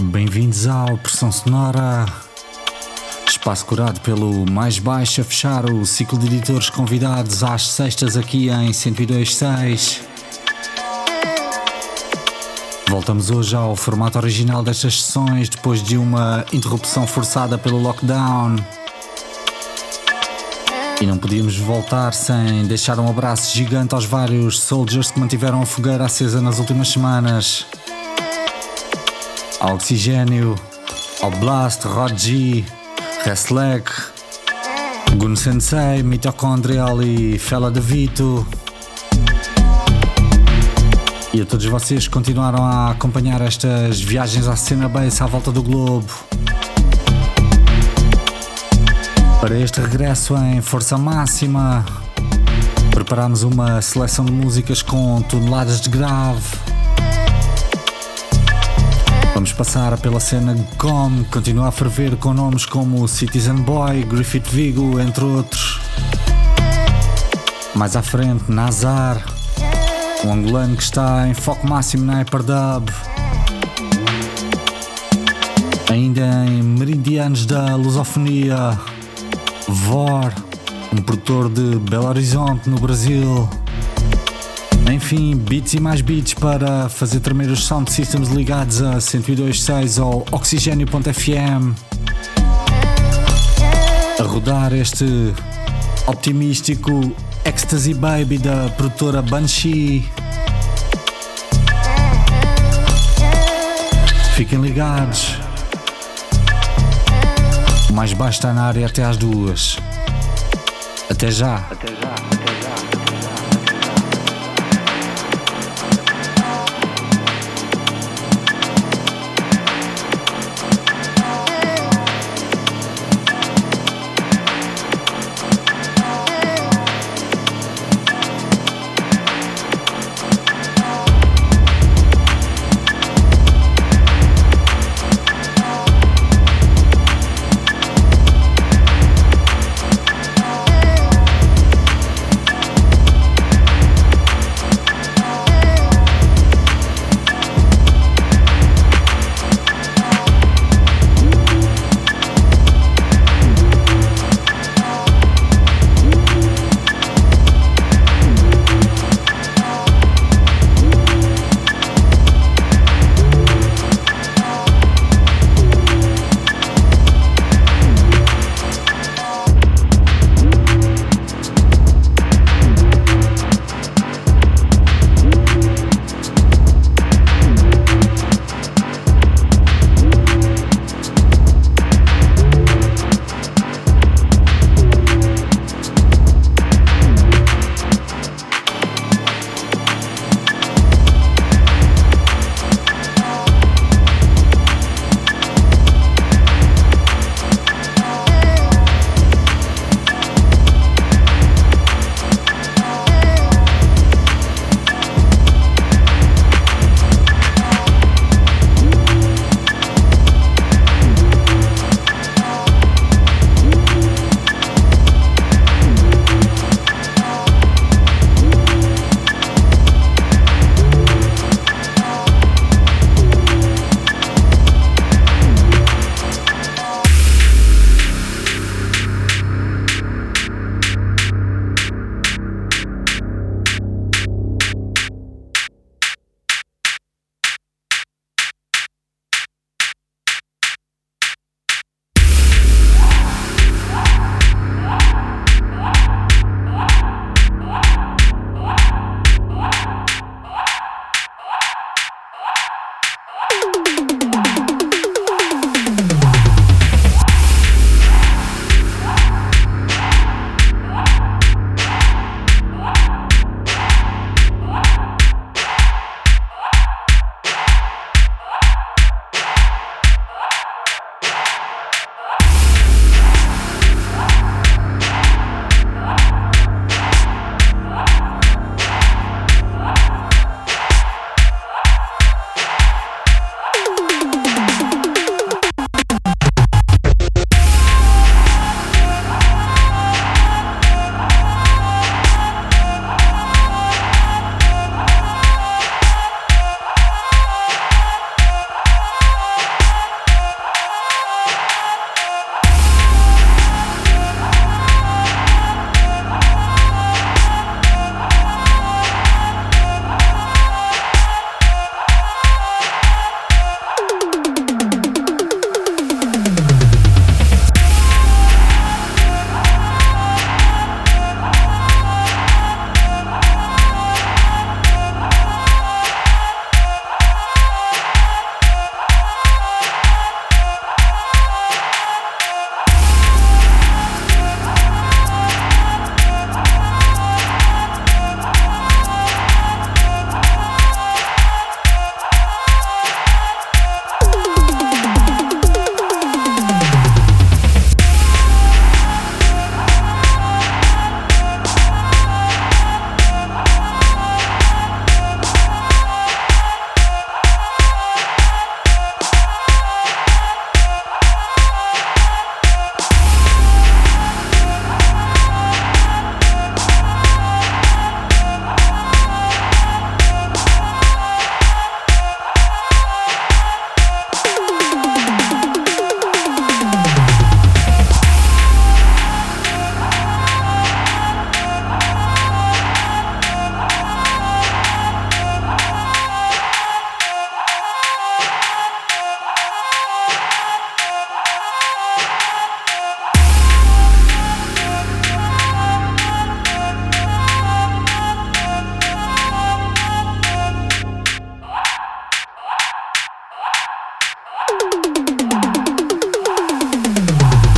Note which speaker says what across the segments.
Speaker 1: Bem-vindos ao Pressão Sonora. Espaço curado pelo Mais Baixo a fechar o ciclo de editores convidados às sextas aqui em 102.6. Voltamos hoje ao formato original destas sessões depois de uma interrupção forçada pelo lockdown. E não podíamos voltar sem deixar um abraço gigante aos vários soldiers que mantiveram a fogueira acesa nas últimas semanas. Ao Oxigênio, ao Blast, Rod G, Resleck, Gun Sensei, Mitocondrial e Fela De Vito. E a todos vocês que continuaram a acompanhar estas viagens à cena base à volta do globo. Para este regresso em força máxima, preparámos uma seleção de músicas com toneladas de grave. Vamos passar pela cena GOM, que continua a ferver com nomes como Citizen Boy, Griffith Vigo, entre outros. Mais à frente, Nazar, um angolano que está em foco máximo na Hyperdub. Ainda em Meridianos da Lusofonia, Vor, um produtor de Belo Horizonte, no Brasil. Enfim, beats e mais beats para fazer tremer os sound systems ligados a 102.6 ou oxigênio.fm. A rodar este optimístico Ecstasy Baby da produtora Banshee. Fiquem ligados. O mais baixo está na área até às duas. Até já.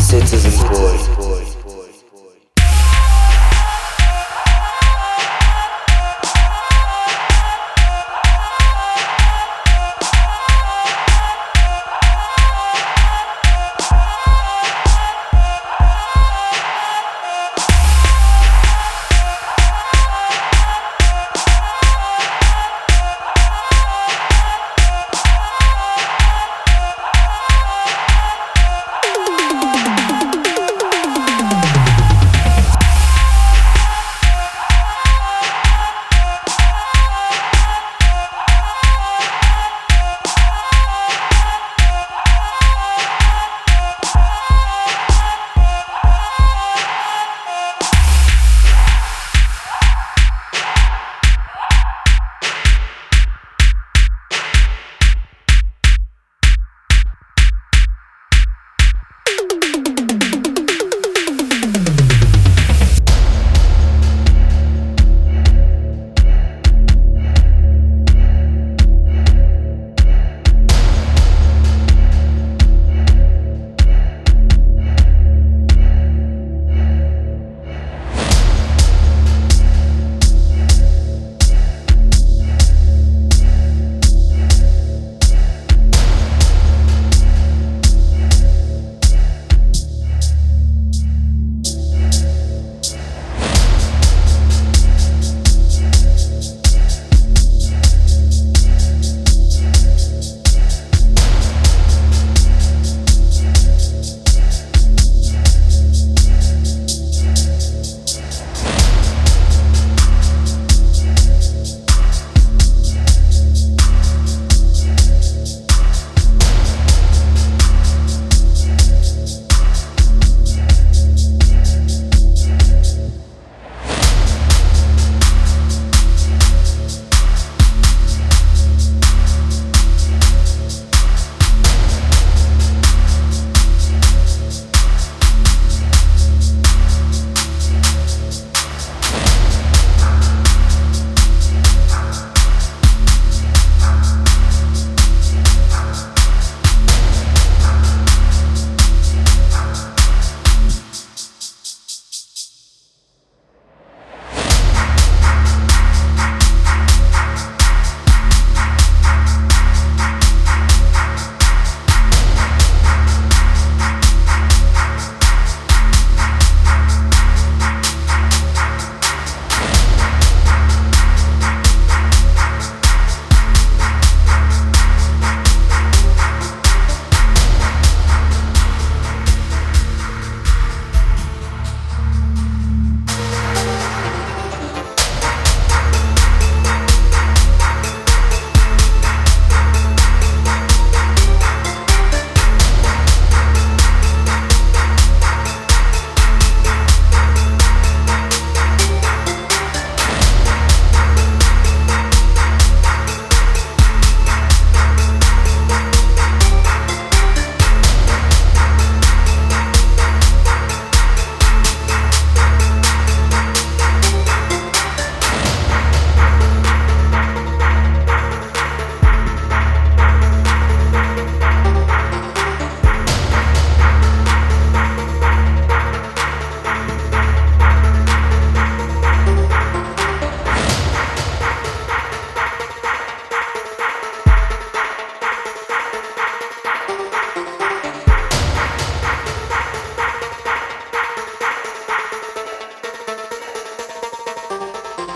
Speaker 2: Citizen Boy.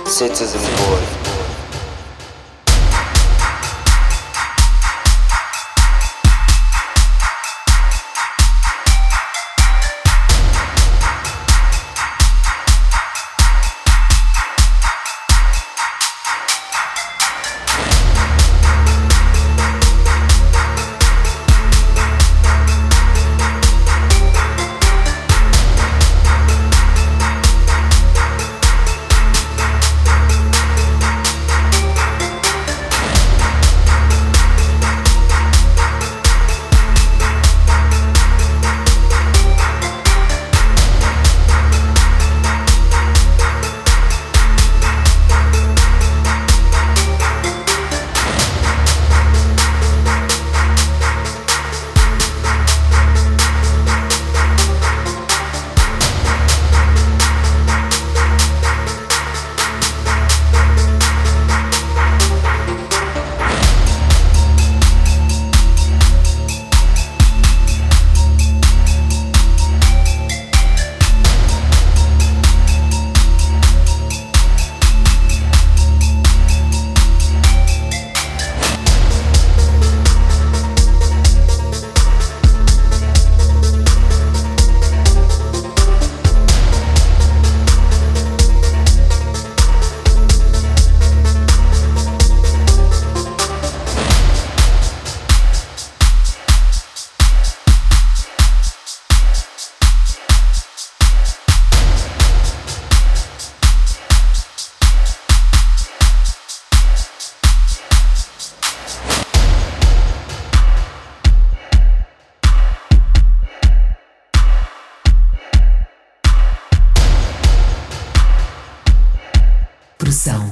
Speaker 2: Citizen Boy.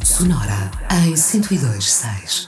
Speaker 3: Sonora em 102.6.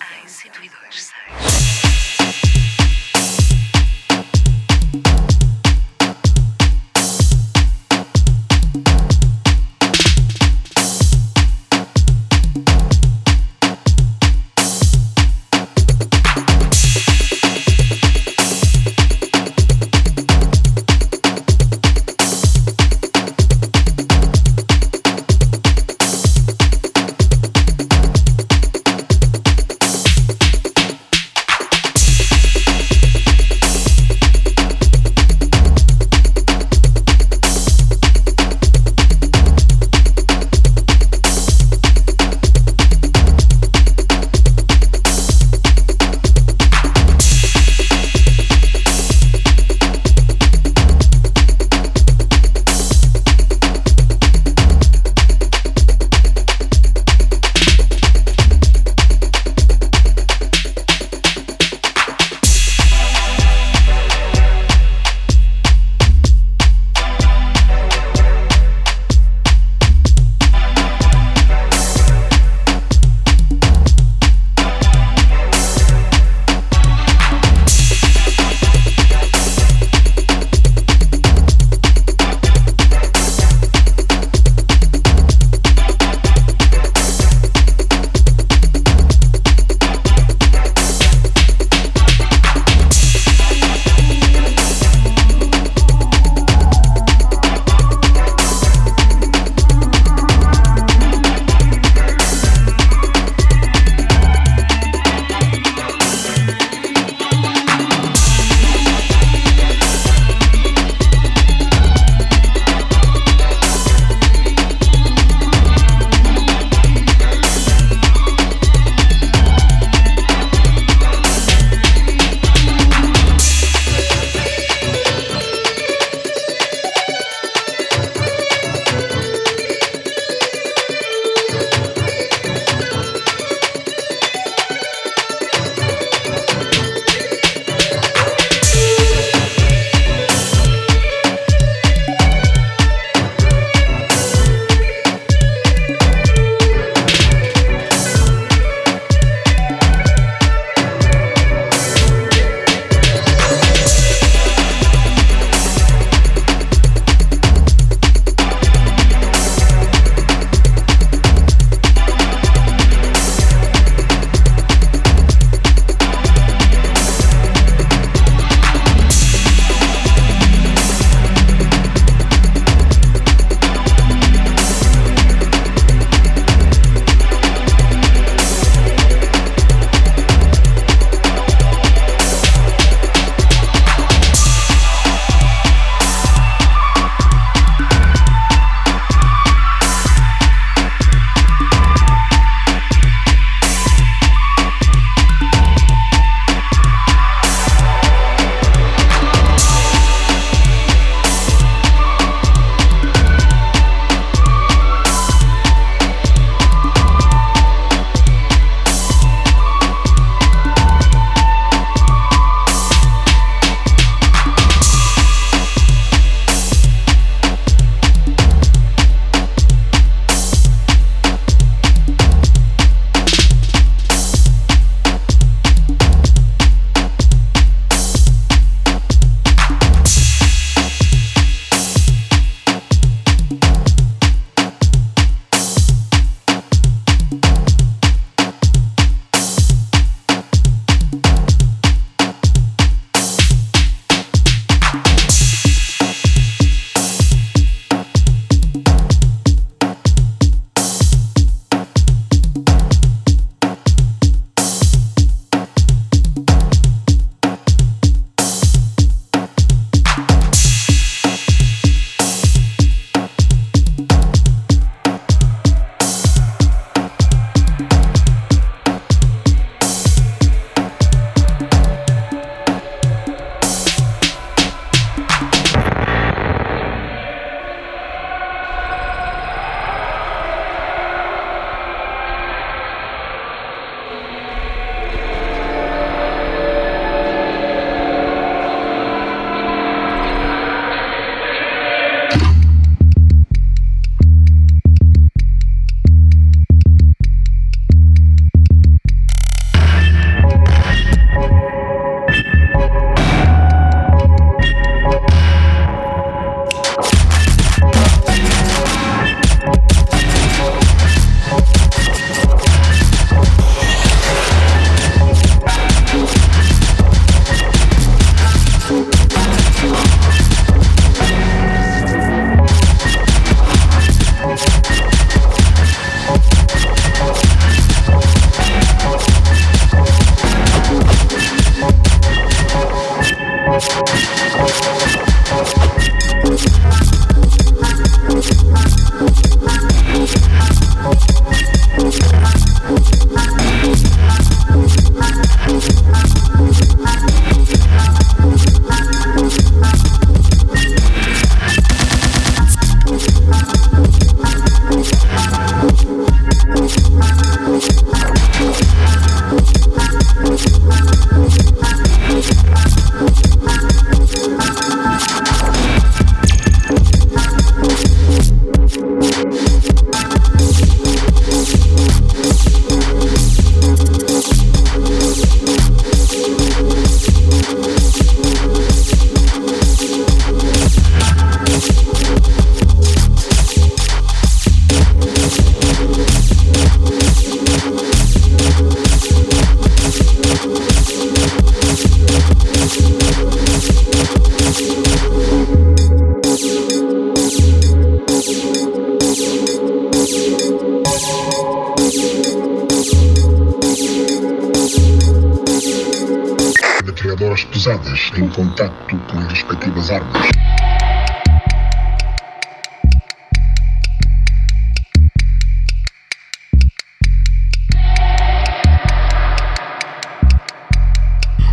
Speaker 4: Metralhadoras pesadas em contacto com as respectivas armas.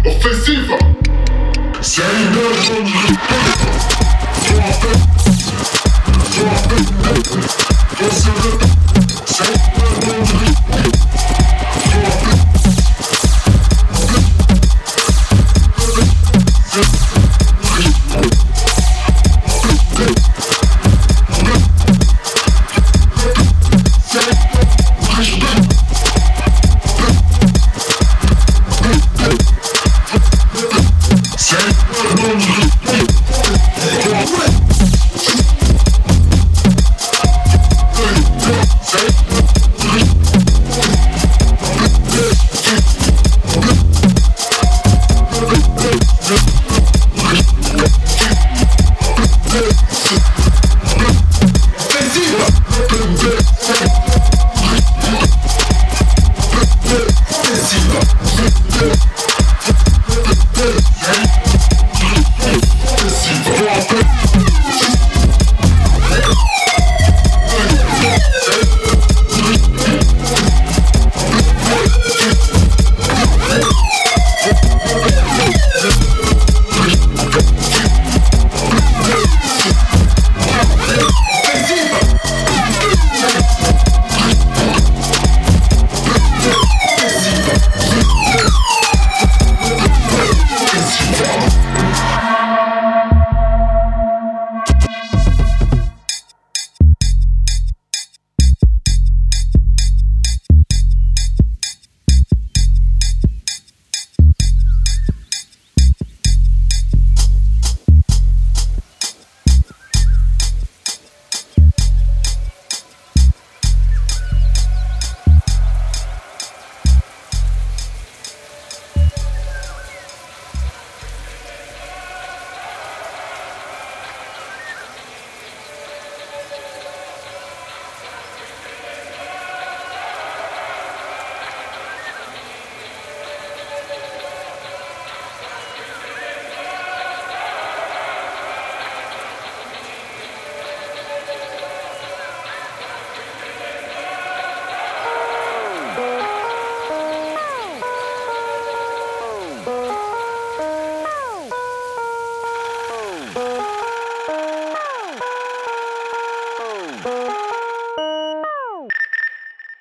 Speaker 4: Ofensiva! Se ainda não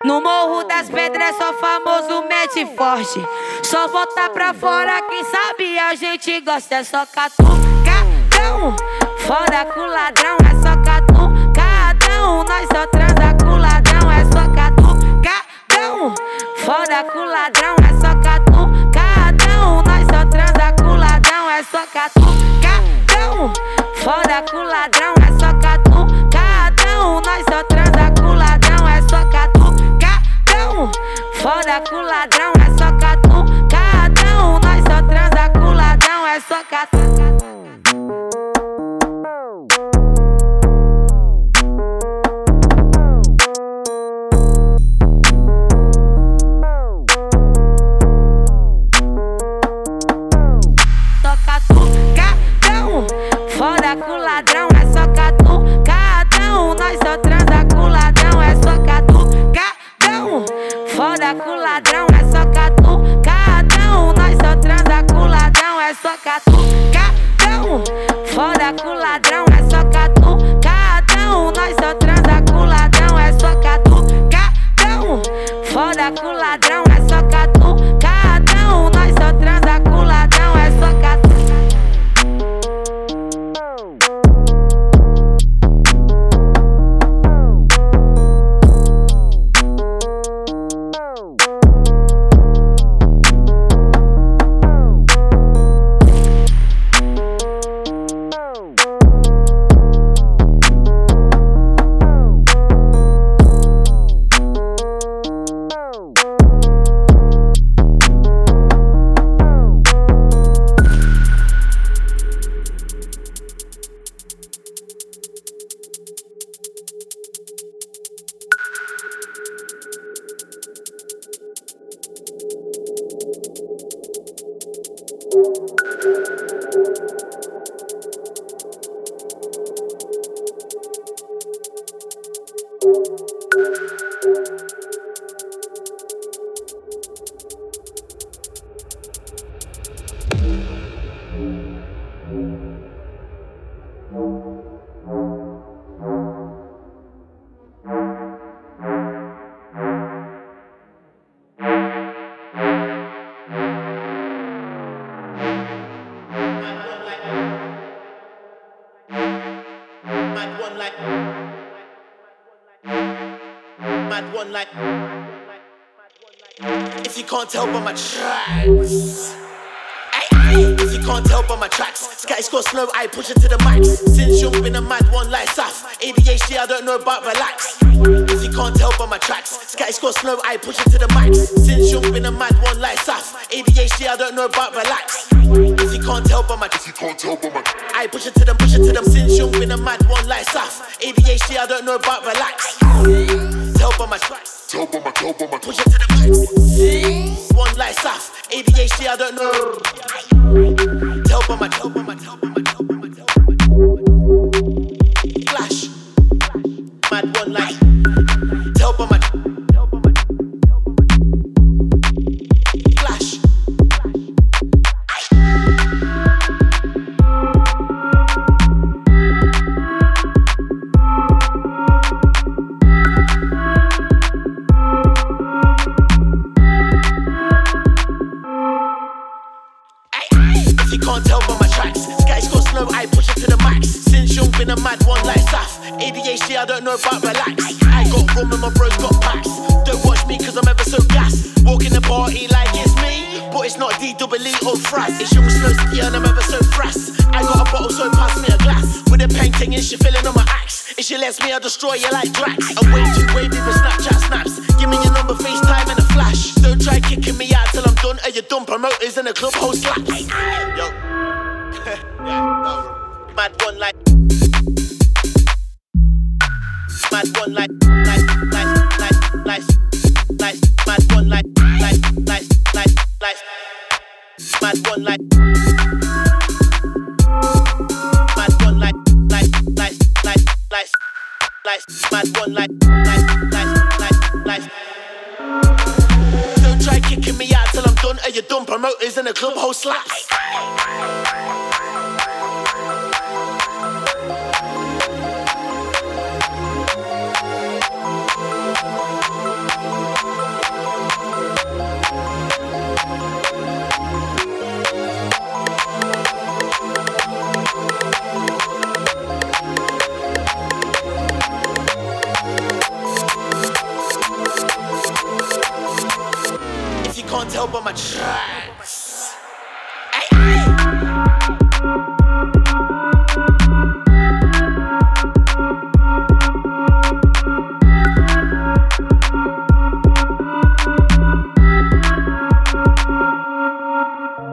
Speaker 5: No Morro das Pedras só famoso mete forte. Só volta pra fora quem sabe a gente gosta. É só catucadão, foda com ladrão. É só catucadão, nós só transa com ladrão. É só catucadão, foda com ladrão. É só catucadão, nós só transa com ladrão. É só catucadão, foda com ladrão. É só catucadão, nós só transa com ladrão. É só catucadão, foda com ladrão. É só catucadão, nós só transa com ladrão. É só catucadão. Toca tu, é é é é catucadão. Foda com ladrão, é só catucadão. Nós só transa com ladrão, é só catucadão. Foda com ladrão, é só catucadão. Nós só transa com ladrão, é só catucadão.
Speaker 6: Mad one like Mad one like If you can't tell by my tracks Ay, ay. If you can't tell by my tracks Sky score slow, I push it to the max Since you've been a mad one like Saf ADHD, I don't know about relax If you can't tell by my tracks Sky score slow, I push it to the max Since you've been a mad one like Saf ADHD, I don't know about relax If you can't tell by my tracks I push it to them, push it to them since you've been a mad one like Saf. ADHD, I don't know about relax. Tell by my tracks. Tell by my, tell by my. Push it to the max. One like Saf. ADHD, I don't know. Tell by my, tell by my, tell by my, tell by my, tell by my, tell by my. Clash. Mad one like. Tell by my. tell by my- tell by my- Clash. Ay, ay. If you can't tell by my tracks, Sky's got slow, I push it to the max. Since you've been a mad one like Saf, ADHD, I don't know about relax. I got room and my bros got packs. Don't watch me cause I'm ever so gas. Walk in the party like it's me, but it's not D double E or frass. It's your slow ski and I'm ever so frass. I got a bottle, so pass me a glass. With a painting, it's your feeling on my axe. If she lets me, I'll destroy you like Drax. I'm way too wavy for Snapchat snaps. Give me your number, FaceTime, and a flash. Don't try kicking me out till I'm done, or you're done. Promoters in the club, host slaps. Yo. Yeah, no. Mad one like. Mad one like. Nice, nice, nice, nice, nice. Mad one like. Nice, nice, nice, nice. Mad one like. Mad one like, like, like, like, like, like, mad one like, like, like, like, like. Don't try kicking me out till I'm done, or you're done. Promoters in the club, host slaps. If you can't tell by my tracks. Ay, ay.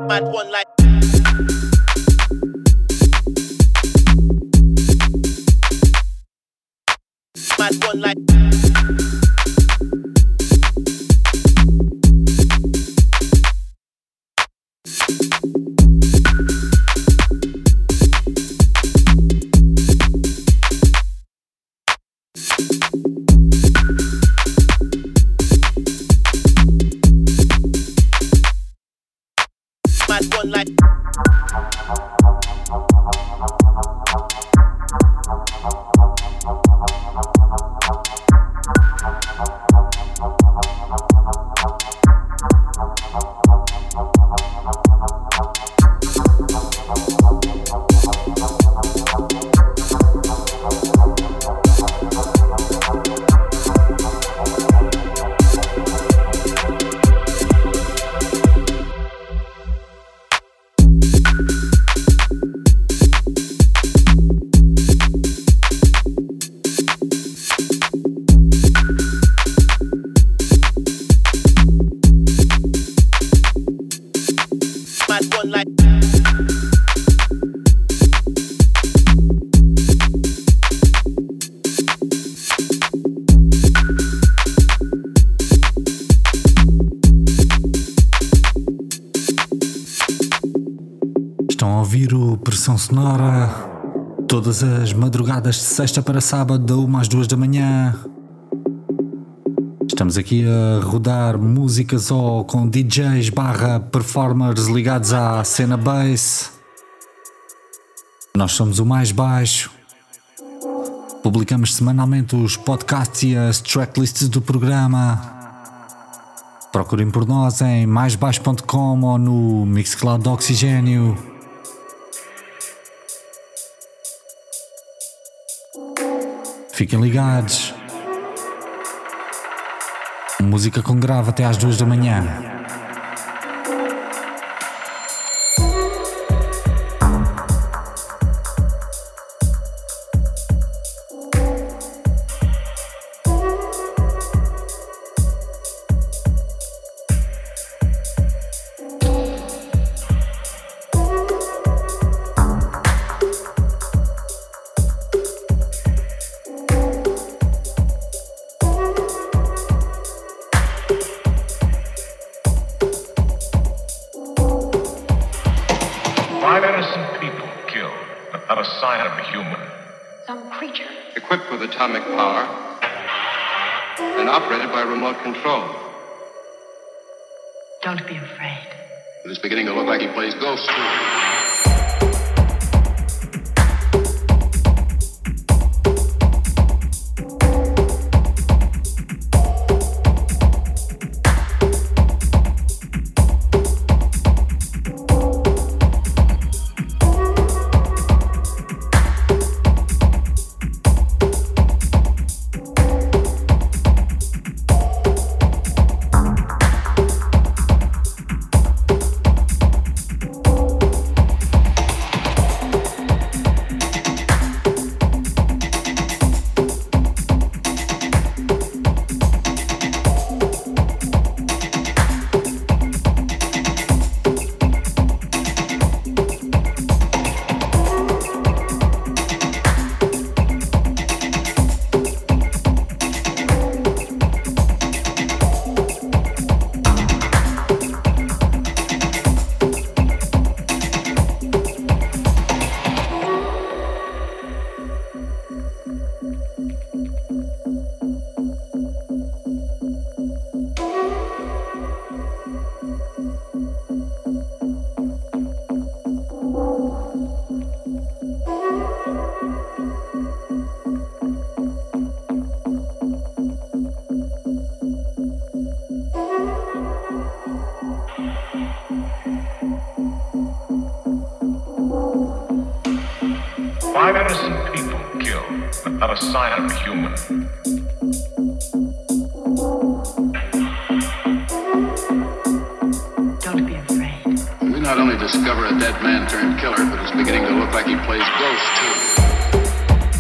Speaker 6: Mad one like. Mad one like. Mad one like.
Speaker 1: ouvir o Pressão Sonora todas as madrugadas de sexta para sábado, da 1 às 2 da manhã. Estamos aqui a rodar músicas ou com DJs barra performers ligados à cena bass. Nós somos o mais baixo. Publicamos semanalmente os podcasts e as tracklists do programa. Procurem por nós em maisbaixo.com ou no Mixcloud do Oxigênio. Fiquem ligados. Música com grave até às duas da manhã.
Speaker 7: Five innocent people killed, but not a sign of a human.
Speaker 8: Some creature.
Speaker 2: equipped with atomic power and operated by remote control.
Speaker 8: Don't be afraid.
Speaker 2: It's beginning to look like he plays ghost.
Speaker 7: Five innocent people killed, but not a sign of a human.
Speaker 8: Don't be afraid.
Speaker 2: We not only discover a dead man turned killer, but it's beginning to look like he plays ghost too.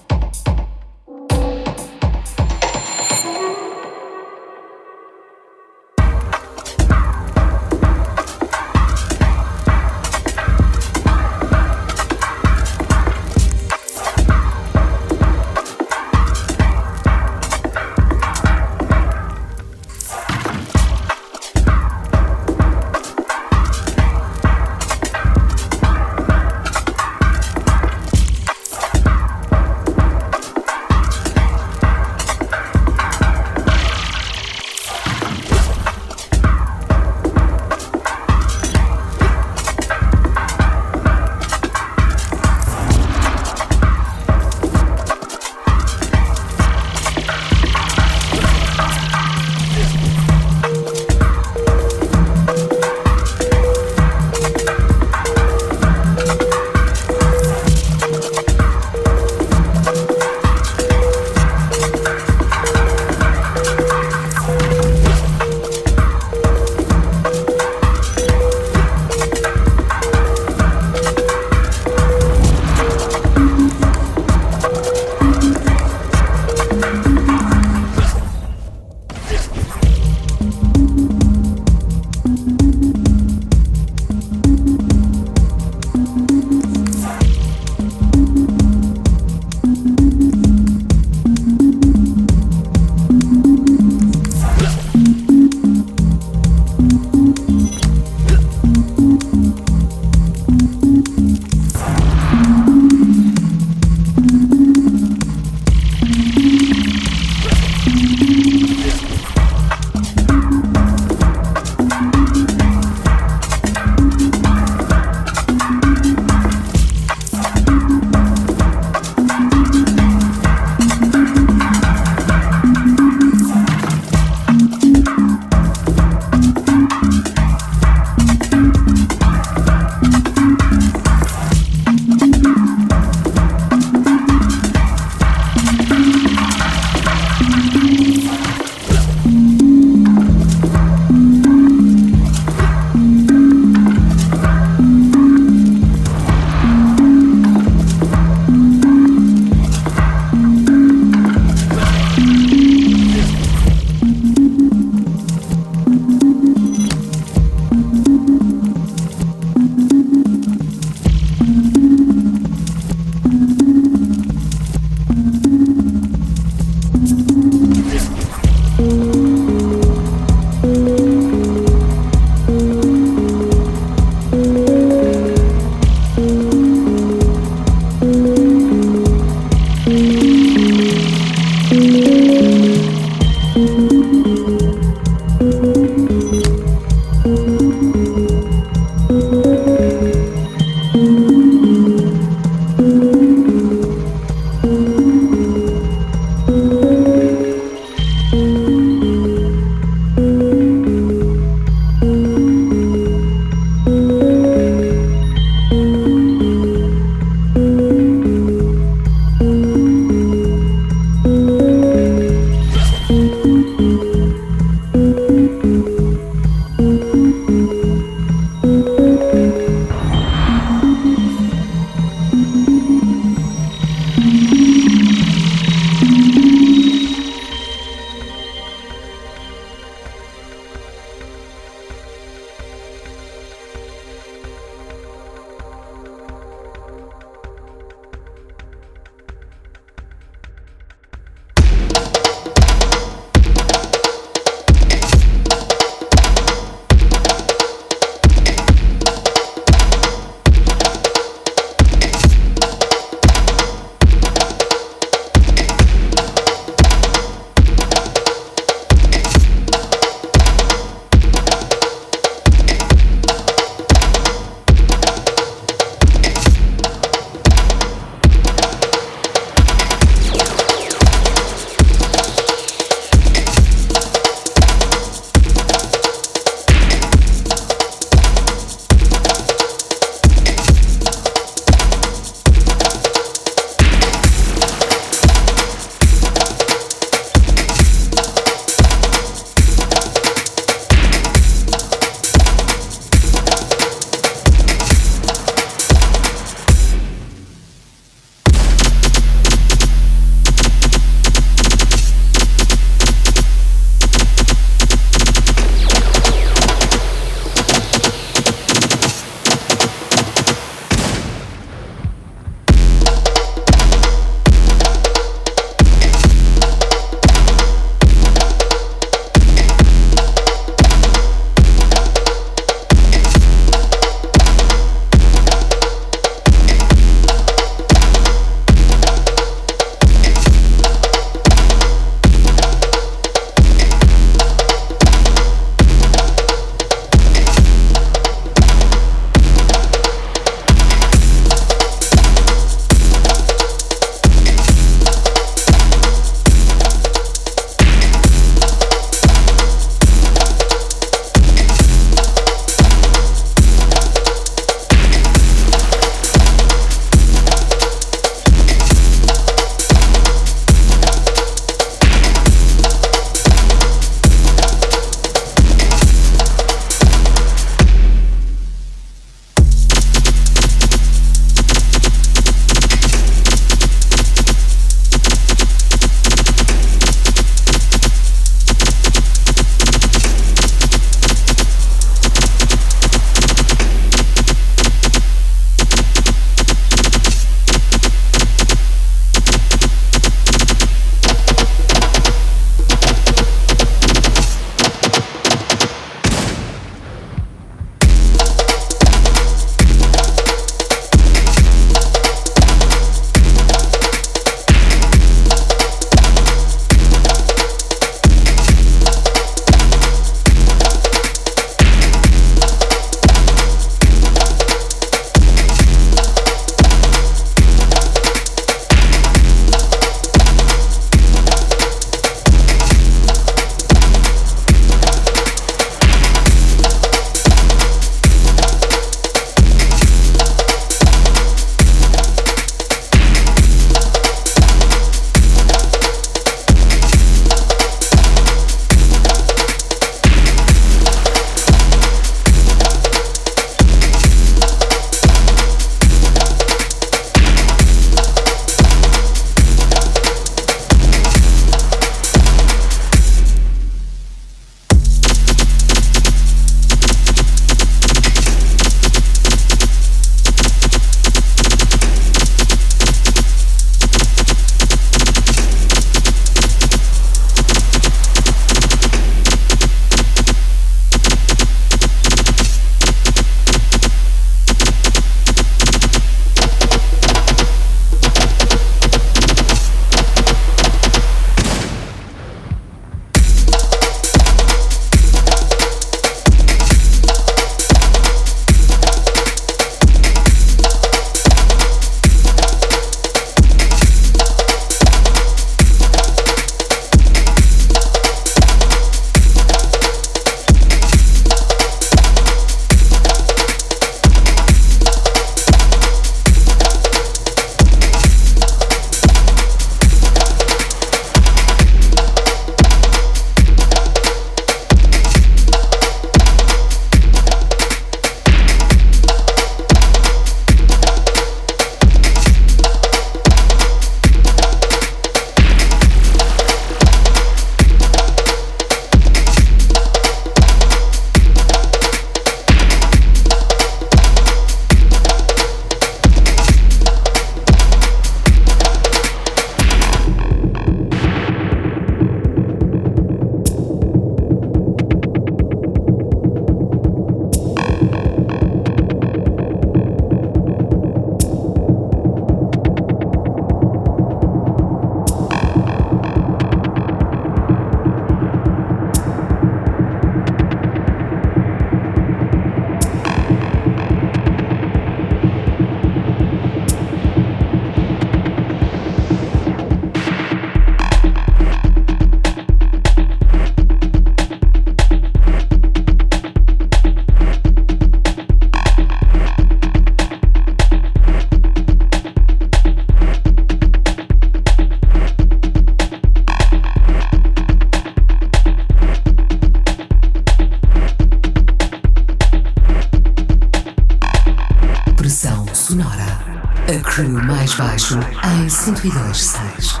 Speaker 3: mais baixo em 1026.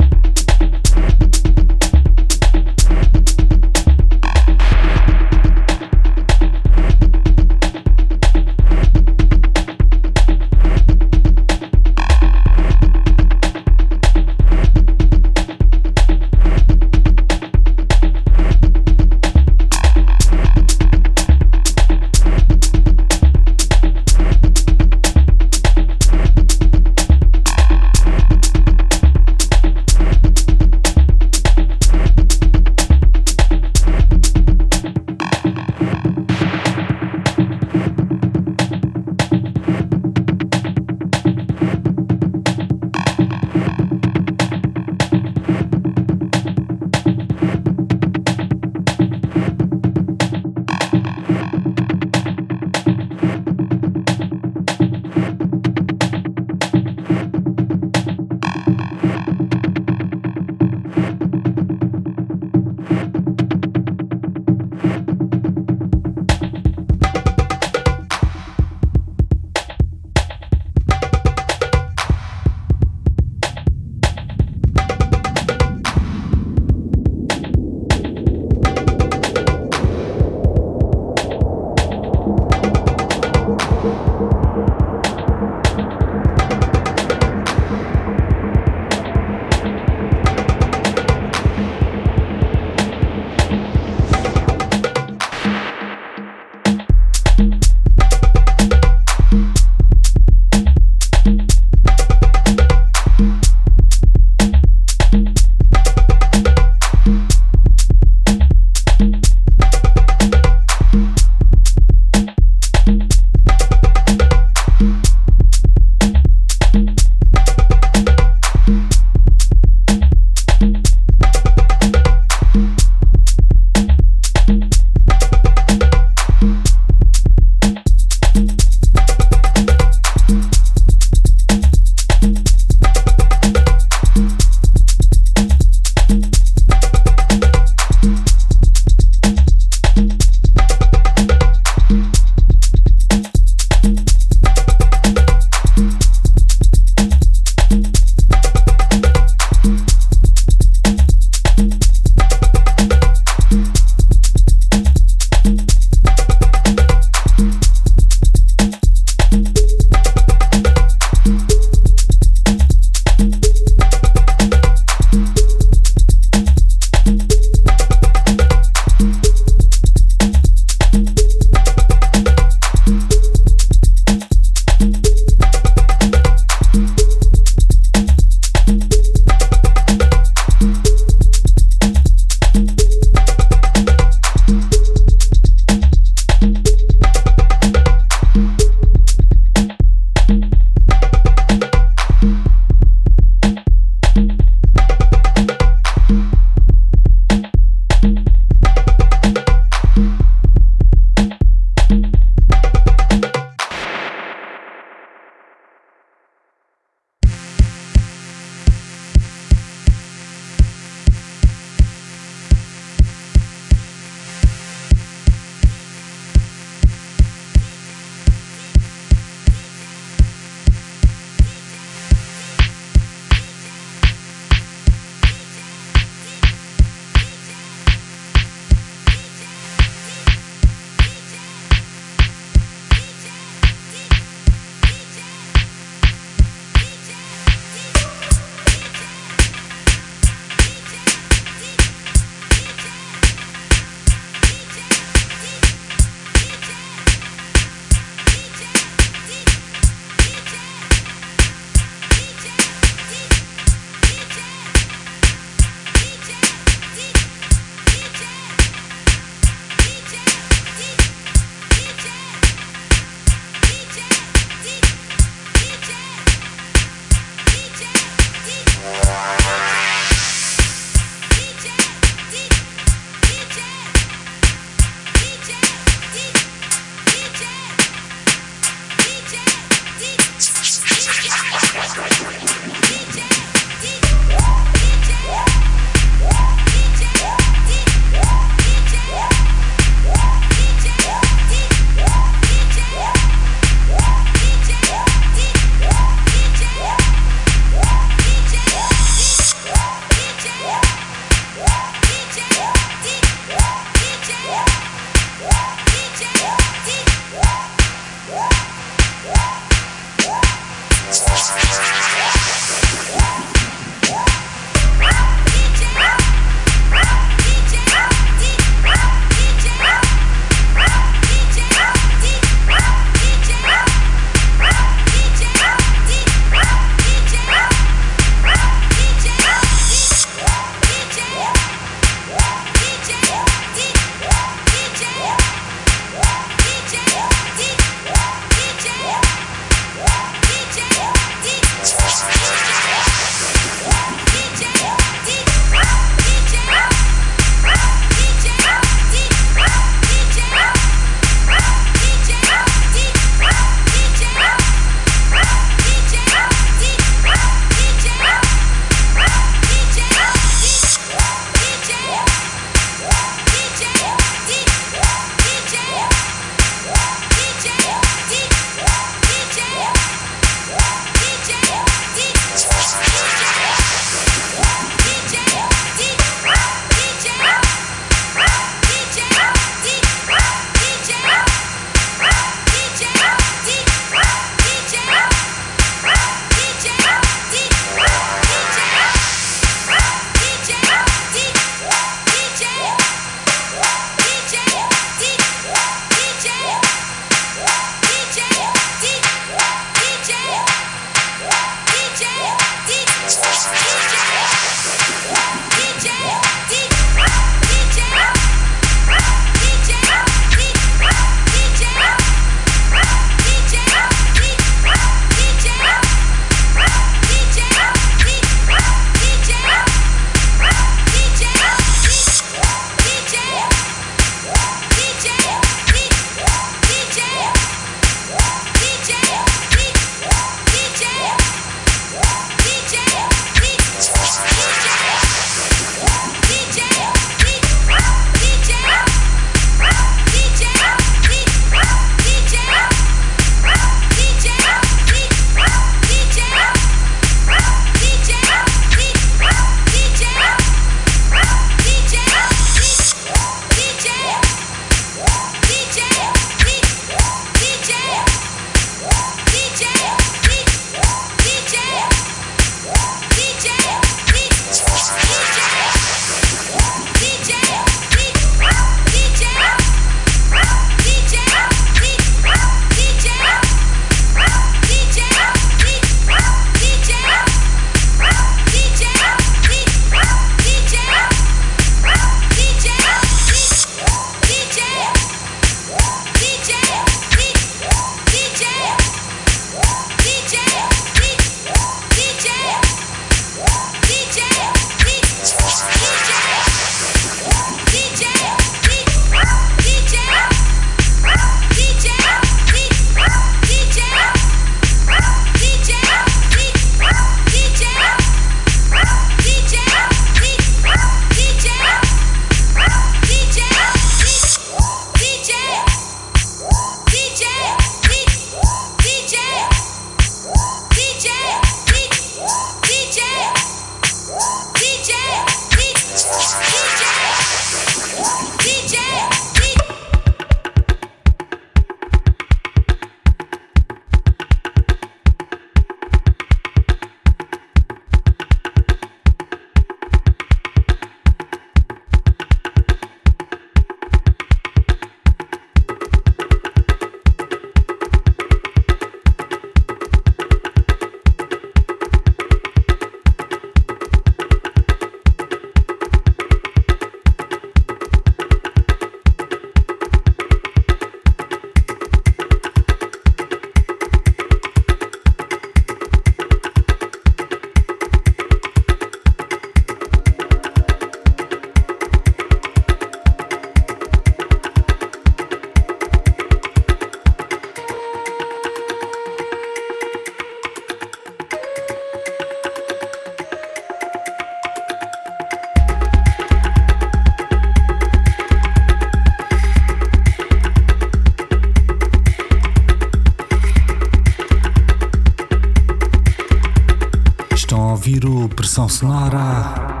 Speaker 1: Estão a ouvir o Pressão Sonora.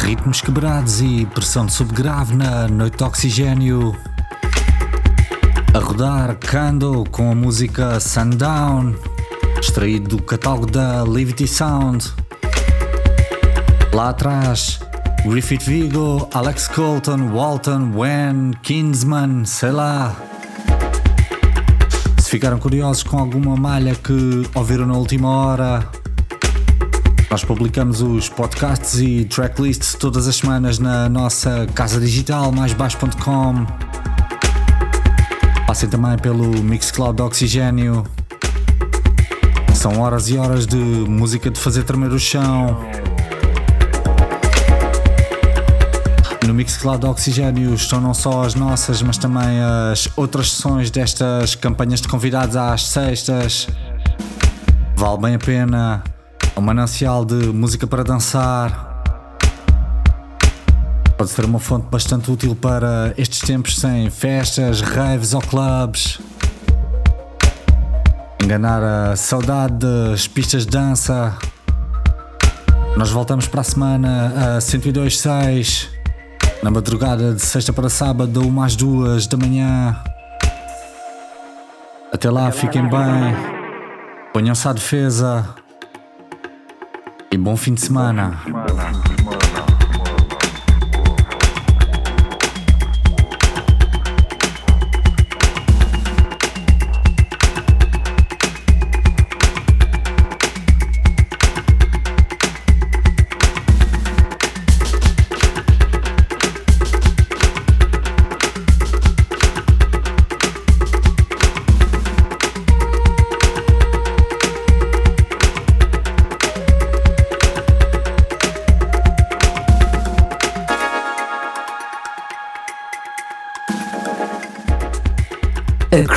Speaker 1: Ritmos quebrados e pressão de subgrave na noite de oxigênio. A rodar Candle com a música Sundown, extraído do catálogo da Levity Sound. Lá atrás, Griffith Vigo, Alex Colton, Walton, Wen, Kinsman, sei lá. Se ficaram curiosos com alguma malha que ouviram na última hora, nós publicamos os podcasts e tracklists todas as semanas na nossa casa digital maisbaixo.com. Passem também pelo Mixcloud de Oxigênio. São horas e horas de música de fazer tremer o chão. No Mixcloud de Oxigênio estão não só as nossas, mas também as outras sessões destas campanhas de convidados às sextas. Vale bem a pena. Um manancial de música para dançar. Pode ser uma fonte bastante útil para estes tempos sem festas, raves ou clubes. Enganar a saudade das pistas de dança. Nós voltamos para a semana a 102.6. Na madrugada de sexta para sábado, uma às duas da manhã. Até lá, fiquem bem. Ponham-se à defesa. E bom fim de semana.
Speaker 3: A